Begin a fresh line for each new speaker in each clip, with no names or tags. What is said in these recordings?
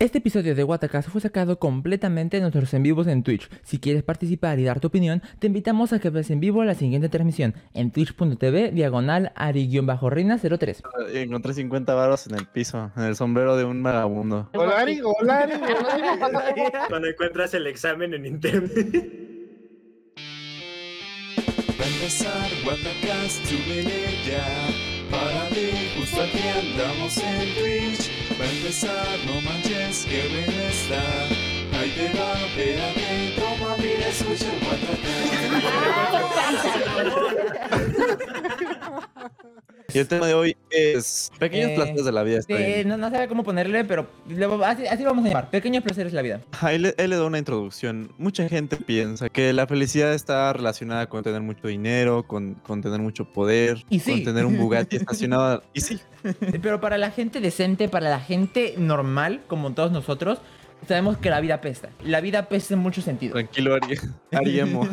Este episodio de Watakas fue sacado completamente de nuestros en vivos en Twitch. Si quieres participar y dar tu opinión, te invitamos a que veas en vivo la siguiente transmisión en twitch.tv diagonal ari-reina03.
Encontré 50 varos en el piso, en el sombrero de un vagabundo.
Hola, Ari, hola, Ari.
Cuando encuentras el examen en internet.
Va a empezar Guatacas, súbele ya Para degustar que andamos en Twitch Va a empezar, no manches, que bien está Ahí te va, espérame, toma, mira, escucha el
Y el tema de hoy es pequeños
Eh,
placeres de la vida. está
Eh,
bien.
no, no sabe cómo ponerle, pero le- así, así vamos a llamar. Pequeños placeres de la vida.
Ahí le, ahí le doy una introducción. Mucha gente piensa que la felicidad está relacionada con tener mucho dinero, con, con tener mucho poder,
Y sí.
con tener un Bugatti estacionado. Y sí,
Pero para la gente decente, para la gente normal, como todos nosotros, sabemos que la vida pesta. La vida pesta en muchos sentidos.
tranquilo, Ari. Ari Emo.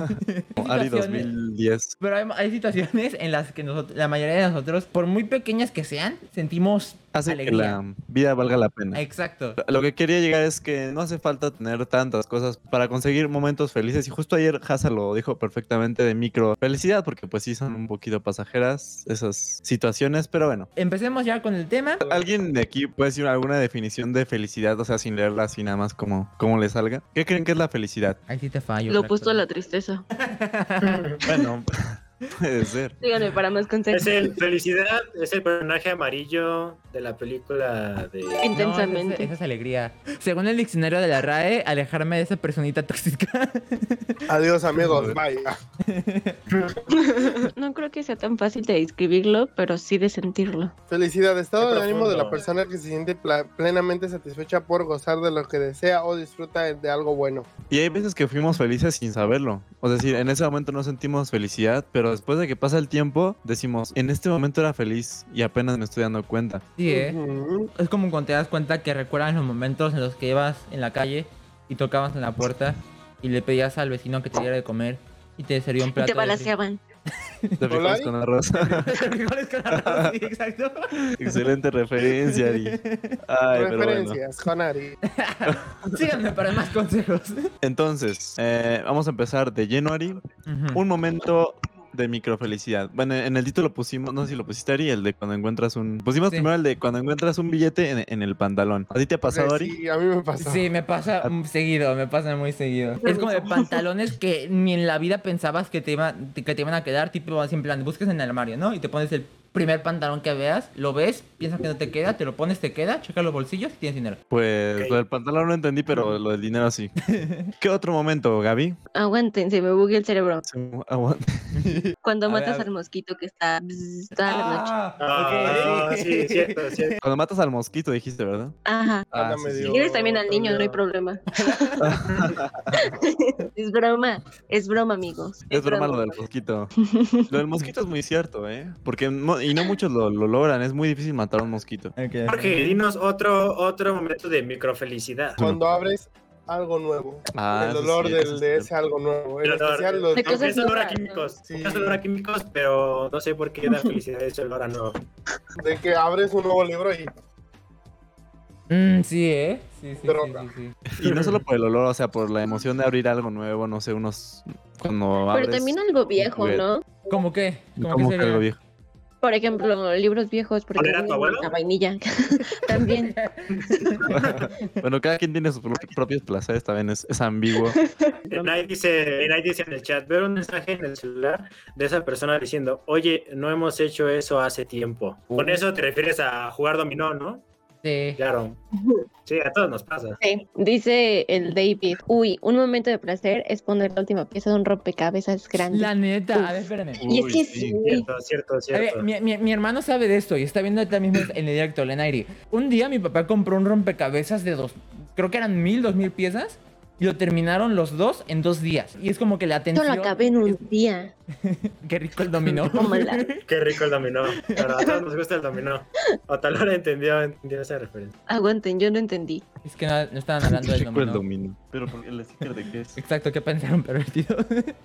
Ari 2010.
Pero hay, hay situaciones en las que nosotros, la mayoría de nosotros, por muy pequeñas que sean, sentimos
Hace que
alegría.
la vida valga la pena.
Exacto.
Lo que quería llegar es que no hace falta tener tantas cosas para conseguir momentos felices. Y justo ayer Hasa lo dijo perfectamente de micro felicidad, porque pues sí son un poquito pasajeras esas situaciones, pero bueno.
Empecemos ya con el tema.
¿Alguien de aquí puede decir alguna definición de felicidad? O sea, sin leerla, así nada más como, como le salga. ¿Qué creen que es la felicidad?
Ahí sí te fallo.
Lo
Franco.
opuesto a la tristeza.
Bueno, puede ser.
Díganme para más consejos.
Es el Felicidad, es el personaje amarillo de la película de.
No, esa-
Intensamente.
esa es alegría. Según el diccionario de la RAE, alejarme de esa personita tóxica.
Adiós, amigos, bye.
No creo que sea tan fácil de describirlo, pero sí de sentirlo.
Felicidad, estado
Qué
de ánimo de la
profundo.
persona que se siente pla- plenamente satisfecha por gozar de lo que desea o disfruta de algo bueno.
Y hay veces que fuimos felices sin saberlo. O sea, decir, en ese momento no sentimos felicidad, pero después de que pasa el tiempo, decimos, en este momento era feliz y apenas me estoy dando cuenta.
Sí, ¿eh?
Ujú.
Es como cuando te das cuenta que recuerdas los momentos en los que ibas en la calle y tocabas en la puerta y le pedías al vecino que te diera de comer y te servía un
Y
plato.
te
de-
balaceaban.
Te
¿Hola?
fijas con la rosa.
Frijoles con arroz, sí, exacto.
Excelente referencia, Ari. Ay, pero bueno.
Referencias, con Ari.
Síganme para más consejos.
Entonces, eh, vamos a empezar de lleno, Ari.
Ujú.
Un momento de microfelicidad. Bueno, en el título pusimos, no sé si lo pusiste Ari, el de cuando encuentras un... Pusimos
Sí.
primero el de cuando encuentras un billete en, en el pantalón. ¿A ti te ha pasado, Ari?
Sí, a mí me pasó.
Sí, me pasa mm, seguido, me pasa muy seguido. Es como de pantalones que ni en la vida pensabas que te, iba- que te iban a quedar, tipo así en plan, buscas en el armario, ¿no? Y te pones el primer pantalón que veas, lo ves, piensas que no te queda, te lo pones, te queda, checa los bolsillos y tienes dinero.
Pues
Ok.
lo del pantalón no entendí, pero lo del dinero sí. ¿Qué otro momento, Gaby?
Aguanten, se me buguea el cerebro.
Se me aguanta.
Cuando
A ver,
matas
a ver.
al mosquito que está bzz, toda la noche.
Ah, sí, cierto, cierto.
Cuando matas al mosquito dijiste, ¿verdad? Ah,
Ajá.
Anda
sí,
Ah, medio-
Si quieres también al niño, no hay problema. es broma, es broma, amigos.
Es broma lo del mosquito. Lo del mosquito es muy cierto, ¿eh? Porque no- y no muchos lo, lo logran, es muy difícil matar a un mosquito.
Jorge, dinos otro, otro momento de microfelicidad.
Cuando abres algo nuevo.
Ah,
el
eso
olor
sí, eso
del,
es
de
cierto.
ese algo nuevo. En
El olor.
especial los
De
Aunque
cosas
es olor a
nuevas, ¿no?
químicos,
Sí.
aunque es olor a químicos, pero no sé por qué da felicidad ese olor a no.
de que abres un nuevo libro y
Mm, sí, ¿eh? Sí, sí, sí,
Droga.
sí, sí.
Y no solo por el olor, o sea, por la emoción de abrir algo nuevo, no sé, unos... Cuando abres...
Pero también algo viejo,
juguete.
¿no?
¿Cómo qué? ¿Cómo,
como
qué
que
sería?
algo viejo.
Por ejemplo, libros viejos, porque
¿Oler a tu
tienen
abuelo?
la vainilla. también.
Bueno, cada quien tiene sus pro- propios placeres, también es, es ambiguo.
Enay dice, Enay dice en el chat, veo un mensaje en el celular de esa persona diciendo, oye, no hemos hecho eso hace tiempo. Con eso te refieres a jugar dominó, ¿no?
Sí.
Claro. Sí, a todos nos pasa.
Sí, dice el David. Uy, un momento de placer es poner la última pieza de un rompecabezas grande.
La neta, a ver, espérame.
Y es
Uy,
que
sí.
sí.
Cierto, cierto,
A ver,
cierto.
mi, mi- mi hermano sabe de esto y está viendo ahorita mismo en el directo, Lenairi. Un día mi papá compró un rompecabezas de dos, creo que eran mil, dos mil piezas. Y lo terminaron los dos en dos días. Y es como que la
Esto
atención...
lo acabé en un día.
Qué rico el dominó.
Como la-
Qué rico el dominó. Pero a todos nos gusta el dominó. O tal hora entendió, entendió esa referencia.
Aguanten, yo no entendí.
Es que no, no estaban hablando del
Checo el
dominó.
dominó. Pero ¿por qué? el sticker de qué es.
Exacto, ¿qué pensaron pervertido?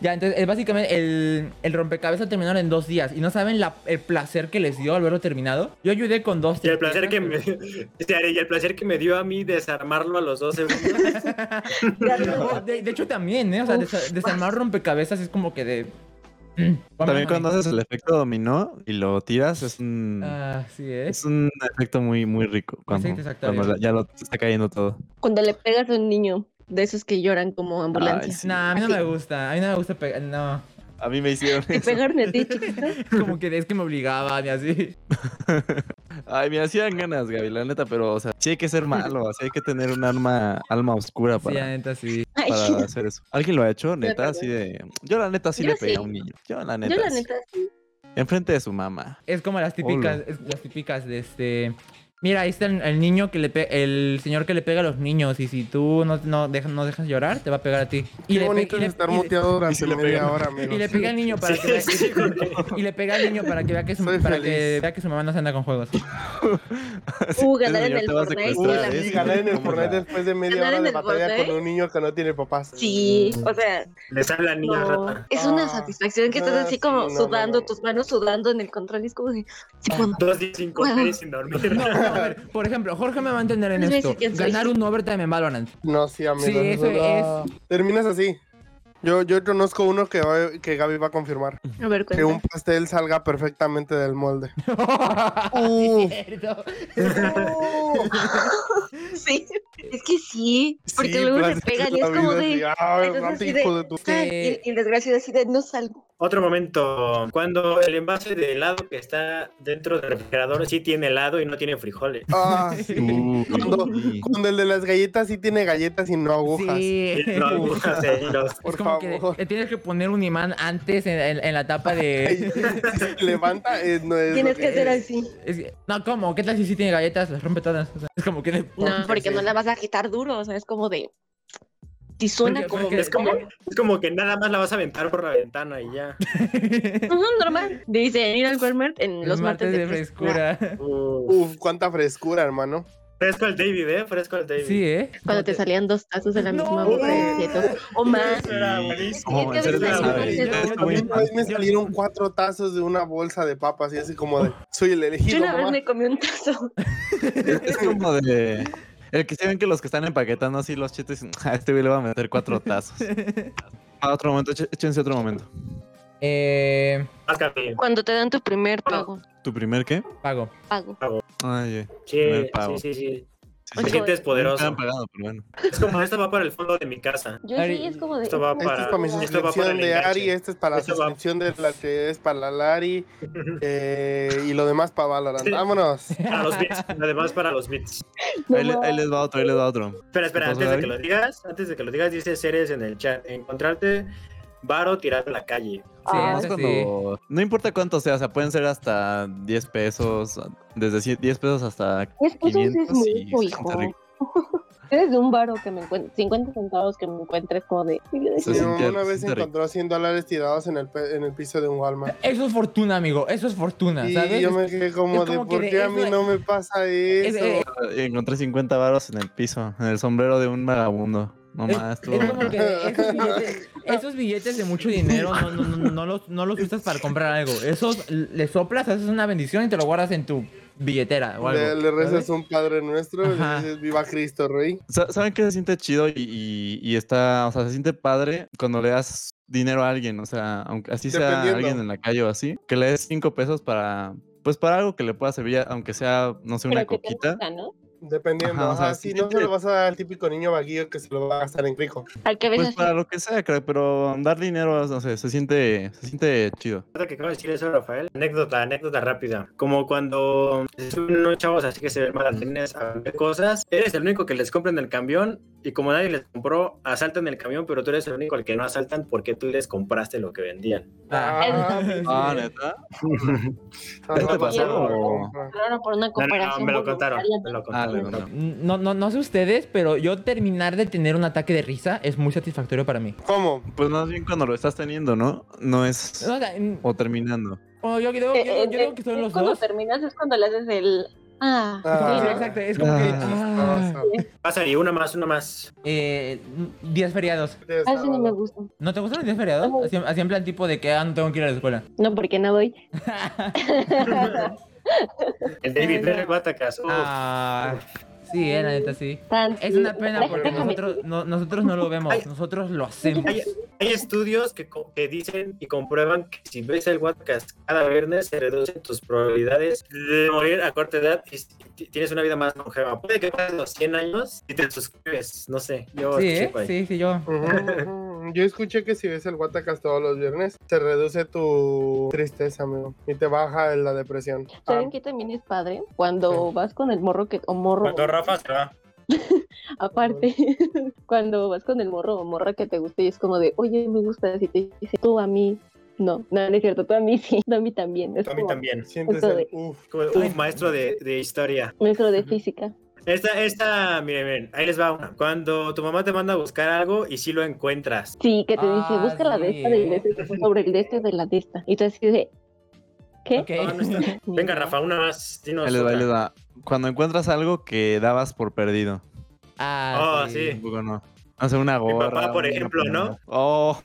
ya, entonces, eh, básicamente el, el rompecabezas terminaron en dos días y no saben la- el placer que les dio al verlo terminado. Yo ayudé con dos.
Y el
tres
placer que me,
piezas,
Este, Ari, y el placer que me dio a mí desarmarlo a los 12 segundos.
pero- De, de hecho, también, ¿eh? O sea, desa- desarmar rompecabezas es como que de. Mm,
También cuando
vámonos.
haces el efecto dominó y lo tiras, es un.
Ah, sí, ¿eh?
Es un efecto muy, muy rico. Cuando,
satisfactorio.
cuando la- ya lo está cayendo todo.
Cuando le pegas a un niño de esos que lloran como ambulancia.
sí.
Nah, a mí no
Así.
me gusta. A mí no me gusta pegar. No.
A mí me hicieron
Te
eso.
pegaron a ti, chiquita.
Como que es que me obligaban y así.
Ay, me hacían ganas, Gaby, la neta, pero, o sea, sí hay que ser malo, así hay que tener un alma, alma oscura
Sí, la
para,
neta, sí.
Ay,
para hacer eso. ¿Alguien lo ha hecho, neta?
perdón.
Así de... Yo la neta sí
Yo
le pegué a
sí.
un niño. Yo la neta.
yo la
sí.
neta sí.
Enfrente de su mamá.
Es como las típicas, es- las típicas de este. Mira, ahí está el, el niño que le pe- el señor que le pega a los niños y si tú no, no, deja- no dejas llorar, te va a pegar a ti. Y
Qué
le pe-
bonito
y
es
le-
estar
y le-
muteado
si
durante
le
media
pegan.
hora,
Y le
amigos.
pega al niño para que vea
Sí, sí,
que, y le pega al niño para que vea que su,
Soy
para que
feliz.
vea que su mamá no se anda con juegos.
Uh,
Ese
ganar en
señor
el
te va a
Fortnite.
secuestrar,
la
¿eh?
Y
neta.
ganar Uh, en el
¿Cómo
Fortnite
la-
después de media
Ganar
hora
en
de
el
batalla
Fortnite.
con un niño que no tiene papás.
Sí, o sea,
Les habla niña
no,
rata.
es una
Ah,
satisfacción que estás
ah,
así
sí,
como
no, no,
sudando,
no.
tus manos sudando en el control y es como de, sí puedo.
Dos días sin comer y sin dormir.
No, a ver, por ejemplo, Jorge me va a entender en
Les voy a
esto.
decir quién soy.
Ganar un overtime en Valorant.
No, sí, amigos.
Sí, eso
no. Terminas así. Yo, yo conozco uno que, va- que Gaby va a confirmar.
A ver,
Que un
cuenta.
pastel salga perfectamente del molde.
Ah,
Sí, cierto.
Uh. Sí, es que sí, porque
Sí,
luego se
placer
pegan
de
y es
la
como
vida,
de,
así, "Ay,
entonces
rato,
así
hijo
de-
de tu-".
"Ay", y, y desgraciado así de, no salgo.
Otro momento, cuando el envase de helado que está dentro del refrigerador sí tiene helado y no tiene frijoles.
Ah, sí.
Uy,
Cuando-
Uh, sí.
Cuando el de las galletas sí tiene galletas y no agujas.
Sí.
No, agujas, eh, los-
Por
es como
favor.
que le tienes que poner un imán antes en, en- en la tapa
Ey,
de.
si se levanta, eh, no es.
Tienes
lo
que
que-
hacer así.
Es- no, ¿cómo? ¿Qué tal si sí tiene galletas? Las rompe todas. O sea, es como que.
No, porque no
sí.
la vas a quitar duro, o sea, es como de, si suena
Porque-
como...
porque-
es, como, es como que nada más la vas a aventar por la ventana y ya.
Ujú, normal. Dice ir al Walmart en los martes,
de frescura.
Uh,
Uf, cuánta frescura, hermano.
fresco al David, ¿eh? Fresco al David.
Sí, ¿eh?
Cuando te
Como
salían dos tazos de la
No,
misma boca de chetos, o más.
Eso Ah, era
Sí.
buenísimo.
No, Oh, en
Es que
serio,
a veces
no
hay
sabes,
cosas
es
que-
muy
Una vez me
fácil.
salieron cuatro tazos de una bolsa de papas y así como de. Soy el elegido.
Yo una vez
mamá".
me comí un tazo.
Es como de. El que se ven que los que están empaquetando así los chetos dicen, "Ja, este güey le va a meter cuatro tazos. A otro momento, eche- échense otro momento.
Eh.
Más café.
Cuando te dan tu primer pago.
¿Tu primer qué?
Pago.
pago.
Ay,
Sí,
Primer pavo.
sí, sí, sí.
sí,
Te
sí.
sientes
No me han
poderoso.
pagado, pero bueno.
Es como esto va para el fondo de mi casa.
Yo
Ari,
sí, es como de.
esto
es
va
como
Esta
para-
Este es para mi
esto va
suscripción
para el
de
enganche.
Ari, esta es para la
Esto va-
suscripción de la que es para la Lari eh, y lo demás para Valorant.
Sí.
Vámonos.
Para los bits. Además, para los bits.
No,
Ahí, le-
no.
ahí les va otro, ahí les va otro.
Espera, espera,
¿Qué pasó,
antes de
David?
que lo digas, antes de que lo digas, dice series en el chat. Encontrarte varo tirado en la calle.
Sí,
Ah,
ese
Además,
sí.
cuando- No importa cuánto sea, o sea, pueden ser hasta 10 pesos, desde cie- 10 pesos hasta
Es que eso sí
500
es mucho,
y se
hijo.
siente rico.
Eres de un baro que me encuentres, 50 centavos que me encuentres como de.
Se
Mi
siente-
mamá una
se
vez
siente rico.
encontró 100 dólares tirados en el, pe- en el piso de un Walmart.
Eso es fortuna, amigo. Eso es fortuna,
Y
¿sabes?
yo me quedé como
es
de
como que
por
de
qué a
eso
mí
es-
no me pasa
Es-
eso.
es-
Y eh, encontré 50 varos en el piso, en el sombrero de un vagabundo. No
Es-
más,
Eh, es como que esos billetes, esos billetes de mucho dinero no, no, no, no los, no los usas para comprar algo. Esos le soplas, haces una bendición y te lo guardas en tu billetera o algo.
Le, le rezas
¿sabes?
un Padre Nuestro y le
Ajá.
dices viva Cristo, Rey.
Sa- ¿Saben qué se siente chido y, y- y está, o sea, se siente padre cuando le das dinero a alguien, o sea, aunque así sea
Dependiendo.
alguien en la calle o así, que le des cinco pesos para, pues para algo que le pueda servir, ya- aunque sea, no sé, una
Pero que te
coquita.
gusta, ¿no?
Dependiendo.
Ajá, o sea,
Ajá,
sí
sí, no se
siempre-
lo vas a dar al típico niño vaguillo que se lo va a gastar en crico.
Al que a
Pues
veces.
para lo que sea, creo, pero dar dinero, no sé, se siente, se siente chido.
Ahorita que acabo de decir eso, Rafael. Anécdota, anécdota rápida. Como cuando se suben unos chavos así que se ven malandrines a vender cosas. Eres el único que les compra en el camión. Y como nadie les compró, asaltan el camión, pero tú eres el único al que no asaltan porque tú les compraste lo que vendían.
Ah,
Ah,
sí.
Ah, ¿neta?
Ah,
¿Este
no,
pasó
no, no,
o-
compra.
Claro, por una
No, no, no,
comparación.
me lo contaron. Me
voluntaria.
lo contaron.
Ah,
me lo
No,
no.
no, no sé ustedes, pero yo terminar de tener un ataque de risa es muy satisfactorio para mí.
¿Cómo?
Pues más bien cuando lo estás teniendo, ¿no? No es...
O sea, en-
O terminando.
bueno, yo, creo, yo,
Eh, eh,
yo creo que son
es
los
cuando
dos.
terminas es cuando le haces el. Ah,
Ah.
sí,
Sí,
no.
exacto, es como que. ah,
Chistoso.
Pasa y una más, una más.
eh, días feriados.
Ah, sí, no me gusta.
¿No te gustan los días feriados?
Ay.
Así, así en plan tipo de que ah, no tengo que ir a la escuela.
No, porque no voy.
El David Derek Batacas. uf.
Ah, sí, eh, la neta sí.
Tan-
Es una pena porque
Déjame-
nosotros no, nosotros no lo
Ay.
vemos, nosotros lo hacemos.
Hay, hay estudios que, co- que dicen y comprueban que si ves el Wattcast cada viernes se reducen tus probabilidades de morir a corta edad y si ti- tienes una vida más longeva. Puede que pasen los 100 años y te suscribes, no sé. Yo
Sí,
escuché
¿eh?
por ahí.
sí, sí, yo.
Ujú, ujú. Yo escuché que si ves el Guatacas todos los viernes, se reduce tu tristeza, amigo, y te baja la depresión. Ah,
¿Saben qué también es padre? Cuando vas con el morro que, o morro,
Cuando Rafa se va.
aparte, cuando vas con el morro o morra que te gusta y es como de, oye, me gusta, y te dice, tú a mí, no, no, no es cierto, tú a mí sí, tú a mí también. Es
Tú A mí
como
también.
sientes
Punto
el
de-
uff.
Como, uf, maestro de, de historia.
Maestro de física.
Esta, esta, miren, miren, ahí les va una. Cuando tu mamá te manda a buscar algo y sí lo encuentras.
Sí, que te dice,
Ah,
busca la de
sí,
esta, del de
¿eh?
este, sobre el de este, de la de esta. Y tú así de, ¿qué?
Ok.
No, no está. Ah, Venga, Rafa, una más. Dinos.
Ahí les va, ahí
otra.
les va. Cuando encuentras algo que dabas por perdido.
Ah,
Oh,
sí.
sí.
Tampoco no. No sé, una gorra.
papá, por
una
ejemplo, ¿no?
playera. Oh.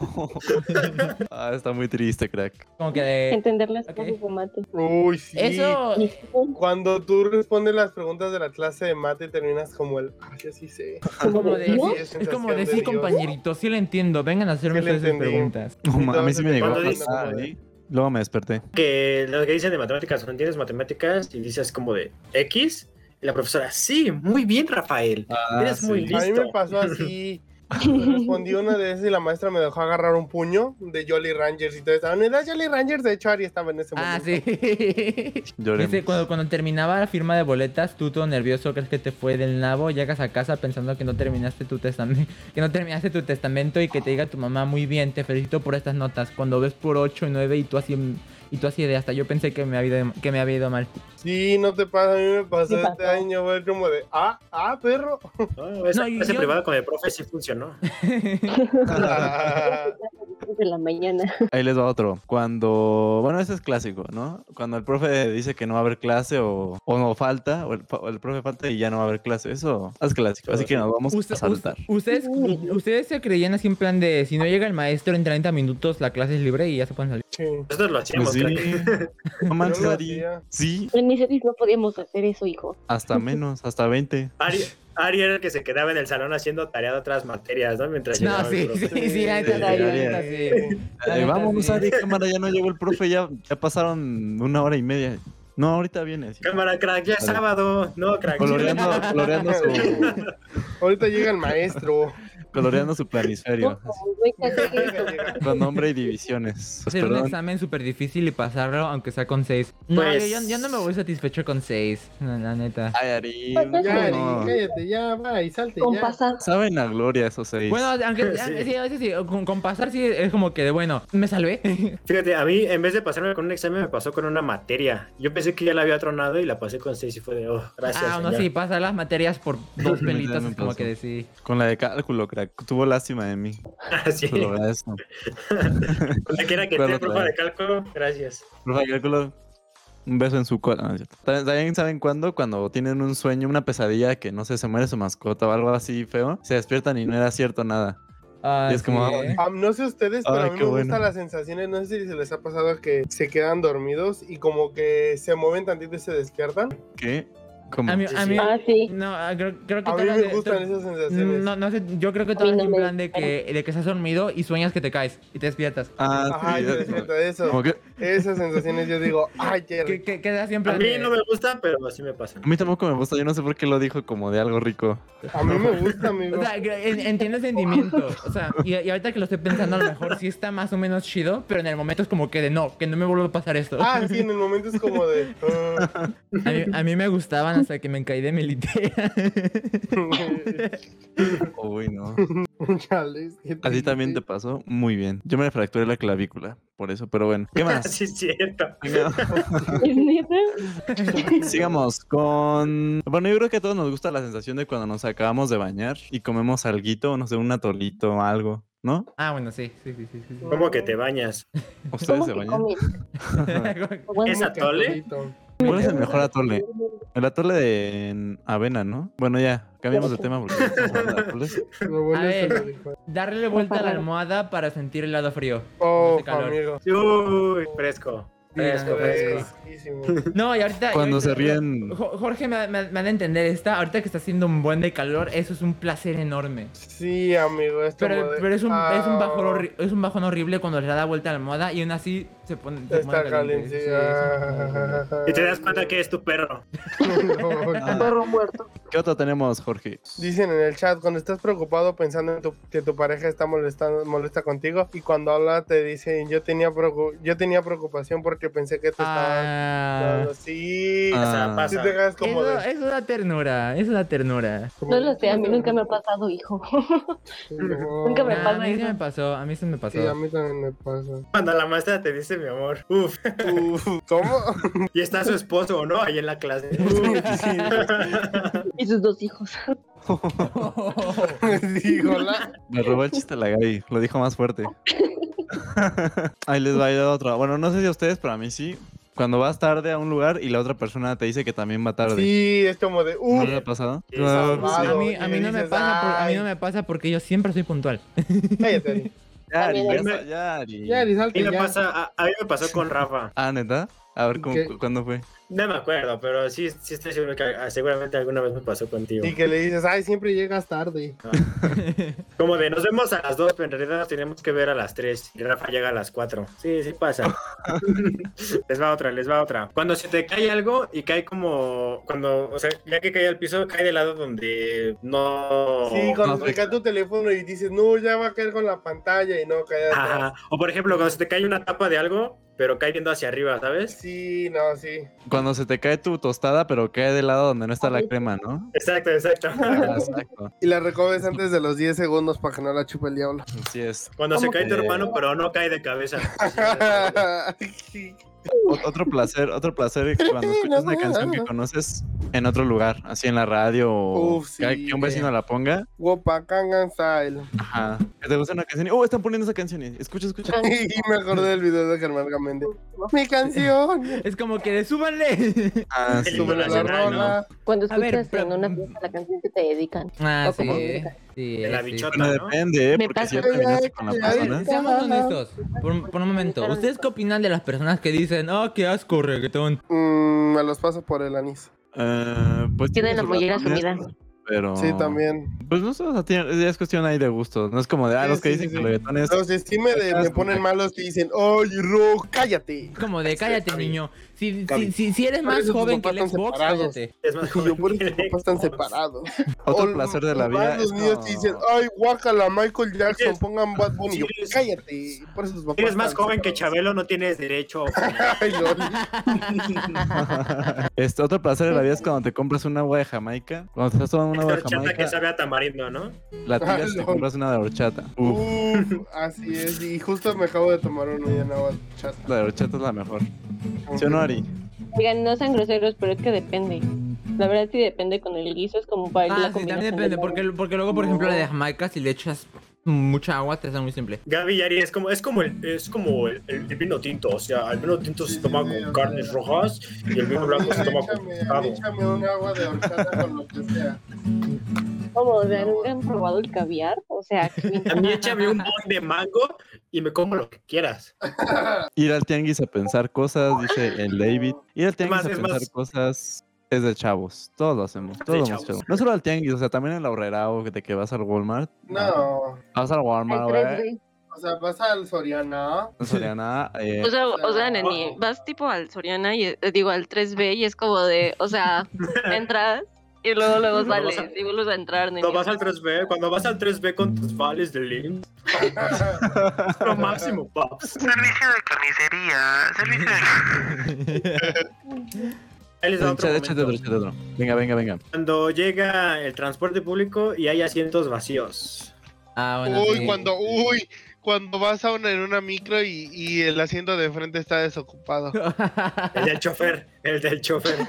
ah, está muy triste, crack.
Como que de-
Entender las
Ok. Ah,
cosas de mate.
Uy, sí.
Eso,
Cuando tú respondes las preguntas de la clase de mate, terminas como el, ah, sí, sí sé.
como de,
¿Dios?
sí, es como
Sensación de
decir,
Dios.
compañerito, sí lo entiendo, vengan a hacerme
Sí le
ustedes sus
entendí.
preguntas.
No, ma- a mí sí me llegó a
¿Cuándo dices?
pasar, ¿eh? Luego me desperté.
que lo que dicen de matemáticas, no entiendes matemáticas y dices como de X, y la profesora, sí, muy bien, Rafael,
Ah,
eres
A
muy
mí me
listo.
pasó así. Respondí una de esas y la maestra me dejó agarrar un puño de Jolly Rangers y todo eso. No era Jolly Rangers, de hecho Ari estaba en ese
Ah,
momento.
sí.
Lloremos.
Dice, cuando, cuando terminaba la firma de boletas, tú todo nervioso, crees que te fue del nabo, llegas a casa pensando que no terminaste tu testamento, que no terminaste tu testamento y que te diga tu mamá, muy bien, te felicito por estas notas. Cuando ves por 8 y 9 y tú así, y tú así de hasta yo pensé que me había ido, que me había ido mal.
Sí, no te pasa, a mí me
Sí
pasó este
pasó.
año, güey, como de, ah, ah, perro.
No, esa
No, y
clase
yo-
privada con el profe sí funcionó.
De la mañana.
Ahí les va otro. Cuando, bueno, ese es clásico, ¿no? Cuando el profe dice que no va a haber clase o, o no falta, o el, pa- o el profe falta y ya no va a haber clase. Eso es clásico. Así que nos vamos
Usted-
a saltar.
us- ustedes,
Uy.
ustedes se creían así en plan de si no llega el maestro en 30 minutos la clase es libre y ya se pueden salir.
Sí.
Nosotros lo
Pues
hacíamos,
sí.
crack.
No manches,
Yo lo
Ari.
hacía.
Sí,
En mis series no podíamos hacer eso, hijo.
hasta menos, hasta 20.
Ari, Ari era el que se quedaba en el salón haciendo tarea de otras materias, ¿no? Mientras
No,
llegaba el
sí, sí,
profe.
sí, la neta,
Sí,
sí, la
sí,
neta, sí. La
Eh,
neta,
vámonos,
sí.
Ari, cámara, ya no llegó el profe, ya, ya pasaron una hora y media. No, ahorita viene. sí.
Cámara, crack, ya es
Vale.
sábado. No, crack.
Coloreando, coloreando, su,
Ahorita llega el maestro.
coloreando su planisferio. así,
No, güey, casi que-
Llega, llega.
Con nombre y divisiones. Pues,
Hacer un
perdón.
examen súper difícil y pasarlo, aunque sea con 6. No, yo-
Pues-
yo, yo no me voy satisfecho con 6, la, la neta.
Ay, Ari.
Pues,
Ya, Ari,
no.
cállate, ya, va y salte,
Con
ya.
pasar.
Saben a gloria esos seis.
Bueno, aunque sí,
Sí.
sí, a veces sí, con, con pasar sí es como que de bueno, me salvé.
Fíjate, a mí en vez de pasarme con un examen me pasó con una materia. Yo pensé que ya la había tronado y la pasé con seis y fue de, oh, gracias.
ah, no,
señor.
sí, pasar las materias por dos pelitos
me
es como
pasó.
que de sí.
Con la de cálculo, crack. Tuvo lástima de mí.
Así.
Te lo agradezco.
Cualquiera Ah, que
Claro,
esté, profe
claro.
de cálculo, gracias.
Profe de cálculo, un beso en su cola. No, es cierto. ¿También, también saben cuándo? Cuando tienen un sueño, una pesadilla que no sé, se muere su mascota o algo así feo. Se despiertan y no era cierto nada.
Ah,
Y es como,
sí,
ah,
¿eh?
Am, no sé ustedes, pero
Ay,
a mí
qué
me
bueno.
gustan las sensaciones. No sé si se les ha pasado que se quedan dormidos y como que se mueven tantito y se despiertan.
¿Qué? ¿Cómo?
A mí,
Sí,
a
sí.
mí-
Ah, sí.
no, ah, creo, creo que
A mí
todas
me
de-
gustan
to-
esas sensaciones.
No, no sé, yo creo que
A
todo
mí no
es en
me
plan de
gusta.
que, de que estás dormido y sueñas que te caes y te despiertas.
Ah,
Ajá,
sí,
yo
es-
siento eso.
como que-
Esas sensaciones yo digo, ay, qué
Que,
rico.
que quedas
A
siempre.
mí no me gusta, pero sí me pasa.
A mí tampoco me gusta. Yo no sé por qué lo dijo como de algo rico.
A mí me gusta, amigo.
O sea, que en- entiendo el sentimiento. O sea, y, y ahorita que lo estoy pensando, a lo mejor sí está más o menos chido, pero en el momento es como que de no, que no me vuelva a pasar esto.
Ah, sí, en el momento es como de. ah.
A mí, a mí me gustaban hasta que me caí de mi litera.
Uy, no.
Chales, qué
Así también te
triste.
pasó. Muy bien. Yo me fracturé la clavícula. Por eso, pero bueno. ¿Qué más?
Sí, es cierto.
Venga.
¿Es neta?
Sigamos con. Bueno, yo creo que a todos nos gusta la sensación de cuando nos acabamos de bañar y comemos alguito, no sé, un atolito o algo, ¿no?
Ah, bueno, sí, sí, sí, sí. sí.
¿Cómo que te bañas?
¿Ustedes
¿Cómo
se
que
bañan?
comen?
Ajá.
Bueno,
¿Es atole?
Atolito.
¿Cuál es el mejor atole? El atole de en avena, ¿no? Bueno, ya, cambiamos de tema porque estamos hablando de atoles.
Lo bueno
A
es
ver.
que lo dijo.
Darle vuelta a la almohada para sentir el lado frío.
Oh,
Hace calor.
amigo.
Uy, fresco. Fresco, fresco.
Este, Fresquísimo.
No, y ahorita. y
Cuando
ahorita-
se ríen.
Jo- Jorge me, me- me ha de entender esta. Ahorita que está haciendo un buen de calor, eso es un placer enorme.
Sí, amigo. esto
Pero,
de-
pero es, un, es, un bajón
Ah,
horri- es un bajón horrible cuando le da la vuelta a la almohada y aún así se pone. se pone
Está caliente. ah,
Sí, es un bajón horrible.
Y te das cuenta que es tu perro.
No, no.
Perro muerto.
¿Qué otro tenemos, Jorge?
Dicen en el chat, cuando estás preocupado pensando en tu- que tu pareja está molestando, molesta contigo y cuando habla te dicen, yo tenía preocu- yo tenía preocupación porque pensé que te estabas...
Ah,
Sí,
Ah.
Pasa,
sí
pasa.
te quedas como
eso,
de...
es una ternura, es una ternura.
No lo sé, a mí nunca me ha pasado, hijo. nunca me
Ah,
pasa
a mí sí
eso.
me pasó, a mí sí me pasó.
Sí, a mí también me pasa.
Cuando la maestra te dice mi amor. Uf.
¿Cómo?
Y está su esposo, ¿no? Ahí en la clase.
Y sus dos hijos.
Digo, la...
Me robó el chiste la Gaby, lo dijo más fuerte. Ahí les va a ir otra. Bueno, no sé si a ustedes, pero a mí sí. Cuando vas tarde a un lugar y la otra persona te dice que también va tarde.
Sí, es como de...
¿No
Uh,
le ha pasado?
Sí,
Ah,
a
salvado.
mí, a
Y
mí no me
dices,
pasa por- a mí
"Ay".
no me pasa porque yo siempre soy puntual.
cállate. Ari.
ya, Ari,
También
ya, ya, Ari.
Ya, Ari,
A mí
salte,
me
ya.
pasa, a, a mí me pasó con Rafa.
Ah, ¿neta? A ver, ¿cómo-
¿Qué?
cu- ¿cuándo fue?
No me acuerdo, pero sí, sí estoy seguro que ah, seguramente alguna vez me pasó contigo.
Y que le dices, ay, siempre llegas tarde.
Como de nos vemos a las 2, pero en realidad nos tenemos que ver a las 3 y Rafa llega a las 4. Sí, sí pasa. les va otra, les va otra. Cuando se te cae algo y cae como cuando, o sea, ya que cae al piso, cae del lado donde no
Sí, cuando
no,
te cae tu teléfono y dices, no, ya va a caer con la pantalla y no, cállate.
Ajá. O por ejemplo, cuando se te cae una tapa de algo, pero cae viendo hacia arriba, ¿sabes?
Sí, no, sí.
Cuando se te cae tu tostada, pero cae del lado donde no está la crema, ¿no?
Exacto, exacto.
Ah, Exacto.
Y la recobes antes de los 10 segundos para que no la chupe el diablo.
Así es.
Cuando se
¿Cómo
cae tu
que?
hermano, pero no cae de cabeza.
Sí.
Ot- otro placer, otro placer es cuando escuchas una canción que conoces en otro lugar, así en la radio o
Uf,
que-
sí,
que un vecino
eh.
la ponga.
Wopakangan Style.
Ajá. Que te gusta una canción y, oh, están poniendo esa canción. y, Escucha, escucha.
Y me acordé del video de Germán Gamendi. Mi canción.
es como que de, súbanle.
Ah, sí.
Súbele
Sube la
Nacional,
rola.
Cuando
A ver,
escuchas en
pero-
una fiesta la canción que te dedican.
Ah,
O como
sí.
música.
sí,
De la
sí.
bichota.
Bueno,
¿no?
depende, ¿eh?
Me
Porque si ya
pasa-
terminaste con la
Ay, ay,
persona.
ay.
Seamos honestos, por, por un momento, ¿ustedes qué opinan de las personas que dicen, oh, qué asco, reggaetón?
Mm, me los paso por el anís.
eh, pues
Tiene la
sus
mollera
razones,
sumida.
Pero.
Sí, también.
Pues no sé, o sea, tiene- ya es cuestión ahí de gustos. No es como de, ah,
Sí,
los que
sí,
dicen
sí,
que
sí.
el reggaetón es.
Los estime de me ponen malos y dicen, oye, Ro, cállate.
Como de, cállate,
Cami.
niño. Si, si,
Cami.
si, si eres
Este, Por
más
eso tus
joven que el
papás están
Xbox,
separados.
cállate.
Es más
Y yo por
joven
eso
que el
papás están
Xbox.
separados.
Otro
O
placer de la
van
vida.
Los
Es
niños
como-
y dicen, ay, guácala, Michael Jackson,
Sí.
pongan Bad Bunny.
Sí,
Yo,
eres-
cállate. Por eso tus papás
Si eres más
están
joven que
separados.
Chabelo, no tienes derecho.
Ay, lol.
Este, otro placer de la vida es cuando te compras una agua de Jamaica. Cuando te estás tomando una agua de
Esta chata que
Jamaica,
sabe a tamarindo, ¿no?
la tiras y te
Ay,
compras una de horchata. Uf,
Uf, así es. Y justo me acabo de tomar uno y en agua chata.
la de horchata es la mejor. ¿Sí o no, Ari?
Oigan, no sean groseros, pero es que depende. La verdad sí depende con el guiso, es como para
Ah, sí, también depende, porque, porque luego, por ejemplo, la de Jamaica, si le echas mucha agua, te sale muy simple.
Gaby y Ari es como, es como, el, es como el, el- el vino tinto. O sea, el vino tinto se toma con carnes rojas y el vino blanco se toma con
Échame,
pavo.
échame un agua de horchata con lo que sea.
¿Cómo? O sea, ¿nunca han probado el caviar? O sea, ¿quién-
A mí échame un boing de mango y me como lo que quieras.
Ir al tianguis a pensar cosas, dice el David. Ir al tianguis
más,
a
es
pensar
más.
chavos. Es de chavos, todos lo hacemos, todos lo hemos
chavos.
hecho. No solo al tianguis, o sea, también en la horrera o que te que vas al Walmart. Ah,
No,
Vas al Walmart,
Hay
güey.
¿eh?
tres veces.
o sea, vas al Soriana.
No sería nada. eh,
Pues,
O sea, o sea, Neni, vas tipo al Soriana y eh, digo al 3B y es como de, o sea, entras y luego luego
No, vas
sales
a-
y vuelves a entrar, Neni.
Cuando vas al 3B, cuando vas al 3B con tus vales de link, es lo máximo, paps.
Servicio de carnicería, servicio de
Ahí les da otro
échate, échate
momento.
otro, échate otro. Venga, venga, venga.
Cuando llega el transporte público y hay asientos vacíos.
Ah, bueno.
uy,
sí.
cuando, uy, cuando vas a una, en una micro y, y el asiento de frente está desocupado.
El del chofer, el del chofer.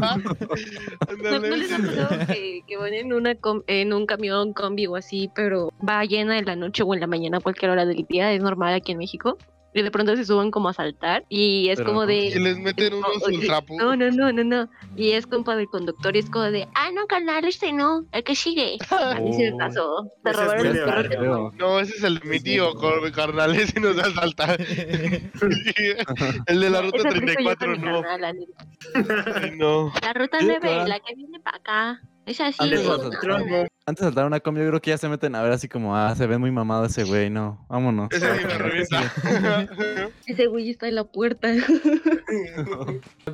¿No, no les ha pasado que, que van en, una com- en un camión, combi o así, pero va llena en la noche o en la mañana, cualquier hora del día? ¿Es normal aquí en México? y de pronto se suben como a saltar y es
Pero
como
no.
Y
de...
les meten
No,
unos
oye,
ultrapu.
No, no, no, no, no. Y es compa del conductor y es como de, ah, no, carnal, este no, el que sigue. A mí sí me
Oh.
pasó. Te
Ese es
robaron
muy
el
de
carro que
barrio.
no.
No, ese es el de mi tío, cor- carnal, ese nos va a saltar. el de la ruta
Esa fui yo
34,
con mi
no.
carnal, la neta.
Ay, no.
La ruta
Sí,
9,
claro.
la que viene para acá. Es así.
Ándale,
no,
vamos a-
no, no.
Antes de saltar una combi, yo creo que ya se meten a ver así como, ah, se ve muy mamado ese güey, no, vámonos.
Ese sí me revienta.
Ese güey está en la puerta.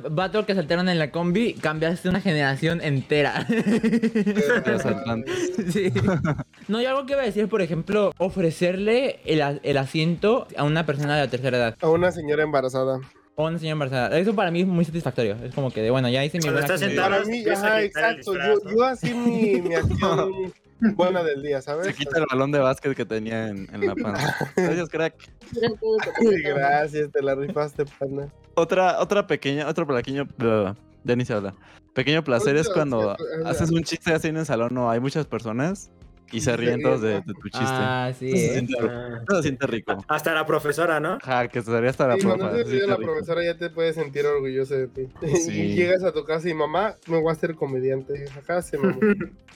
Vato que saltaron en la combi, cambiaste una generación entera.
Los
Pues,
asaltantes.
Sí. No, yo algo que iba a decir, por ejemplo, ofrecerle el, a- el asiento a una persona de la tercera edad
A una señora embarazada.
o a una señora embarazada. Eso para mí es muy satisfactorio. Es como que, de, bueno, ya hice mi
Cuando
buena
estás
combi.
sentado-
Para mí,
empieza a
ajá,
quitar el
exacto. Yo,
disfraz, ¿no?
yo así mi, mi acción buena del día, ¿sabes?
Se quita el balón de básquet que tenía en, en la panza. Gracias, crack.
Ay, Gracias, te la rifaste, pana.
Otra, otra pequeña, otro pequeño, ya ni se habla. Pequeño placer es
Otra,
cuando
sí, otra,
haces un chiste así en el salón, no hay muchas personas y se ríen todos de, de tu chiste.
Ah, sí.
Eso se
eh.
siente rico. Eso se siente rico.
Hasta la profesora, ¿no?
Ajá, que se daría hasta la
Y
profa.
cuando
se
te ríes de
siente
la
rico.
profesora ya te puedes sentir orgulloso de ti. Y
Sí.
llegas a tu casa y mamá, me voy a hacer comediante. Ajá, se mamó.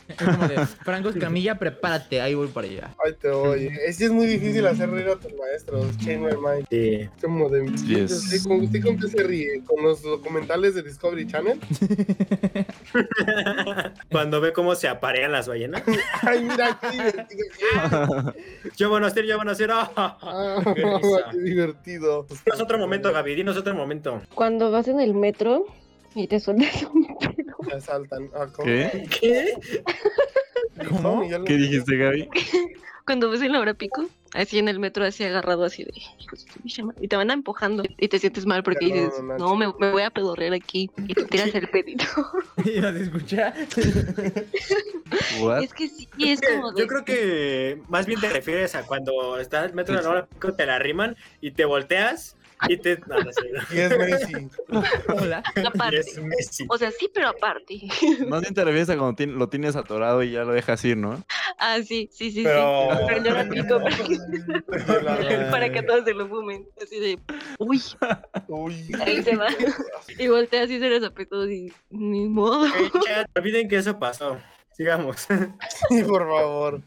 Es como de, Franco Escamilla, prepárate, ahí voy para allá.
Ay, te oye. Es que es muy difícil hacer reír a tus maestros. Chain my mind.
Sí.
Como de.
Sí es.
¿Usted con, usted con qué se ríe? ¿Con los documentales de Discovery Channel?
Cuando ve cómo se aparean las ballenas.
Ay, mira, qué divertido.
Yo van a hacer, yo van a hacer. ah.
Ah,
Qué risa.
qué divertido.
Dinos otro momento, Gaby, dinos otro momento.
Cuando vas en el metro y te sueltas un pedo.
Te asaltan. Ah, ¿cómo?
¿Qué?
¿Qué?
¿Cómo? Ya lo-
¿Qué dijiste, Gaby?
Cuando vas en la hora pico, así en el metro, así agarrado, así de. "Hijo de su pinche madre", Y te van empujando y te sientes mal porque
No,
dices,
manches.
no, me, me voy a pedorrear aquí. Y te tiras el pedito.
¿Y vas a escuchar?
What?
Es que sí, es como. de-
Yo creo que más bien te refieres a cuando estás al metro de la hora pico, te la arriman y te volteas y te. No, no sé.
Y es Macy.
Hola.
Y
Aparte.
es Messi.
O sea, sí, pero aparte.
Más bien te refieres a cuando tien- lo tienes atorado y ya lo dejas ir, ¿no?
Ah, sí, sí, sí,
Pero-
sí. Pero en la hora pico para que, para que todos se lo fumen. Así de, uy,
Uy.
ahí se va. Y volteas y se les apretó y ni modo.
Ey, chat, no olviden que eso pasó. Sigamos.
Sí, por favor.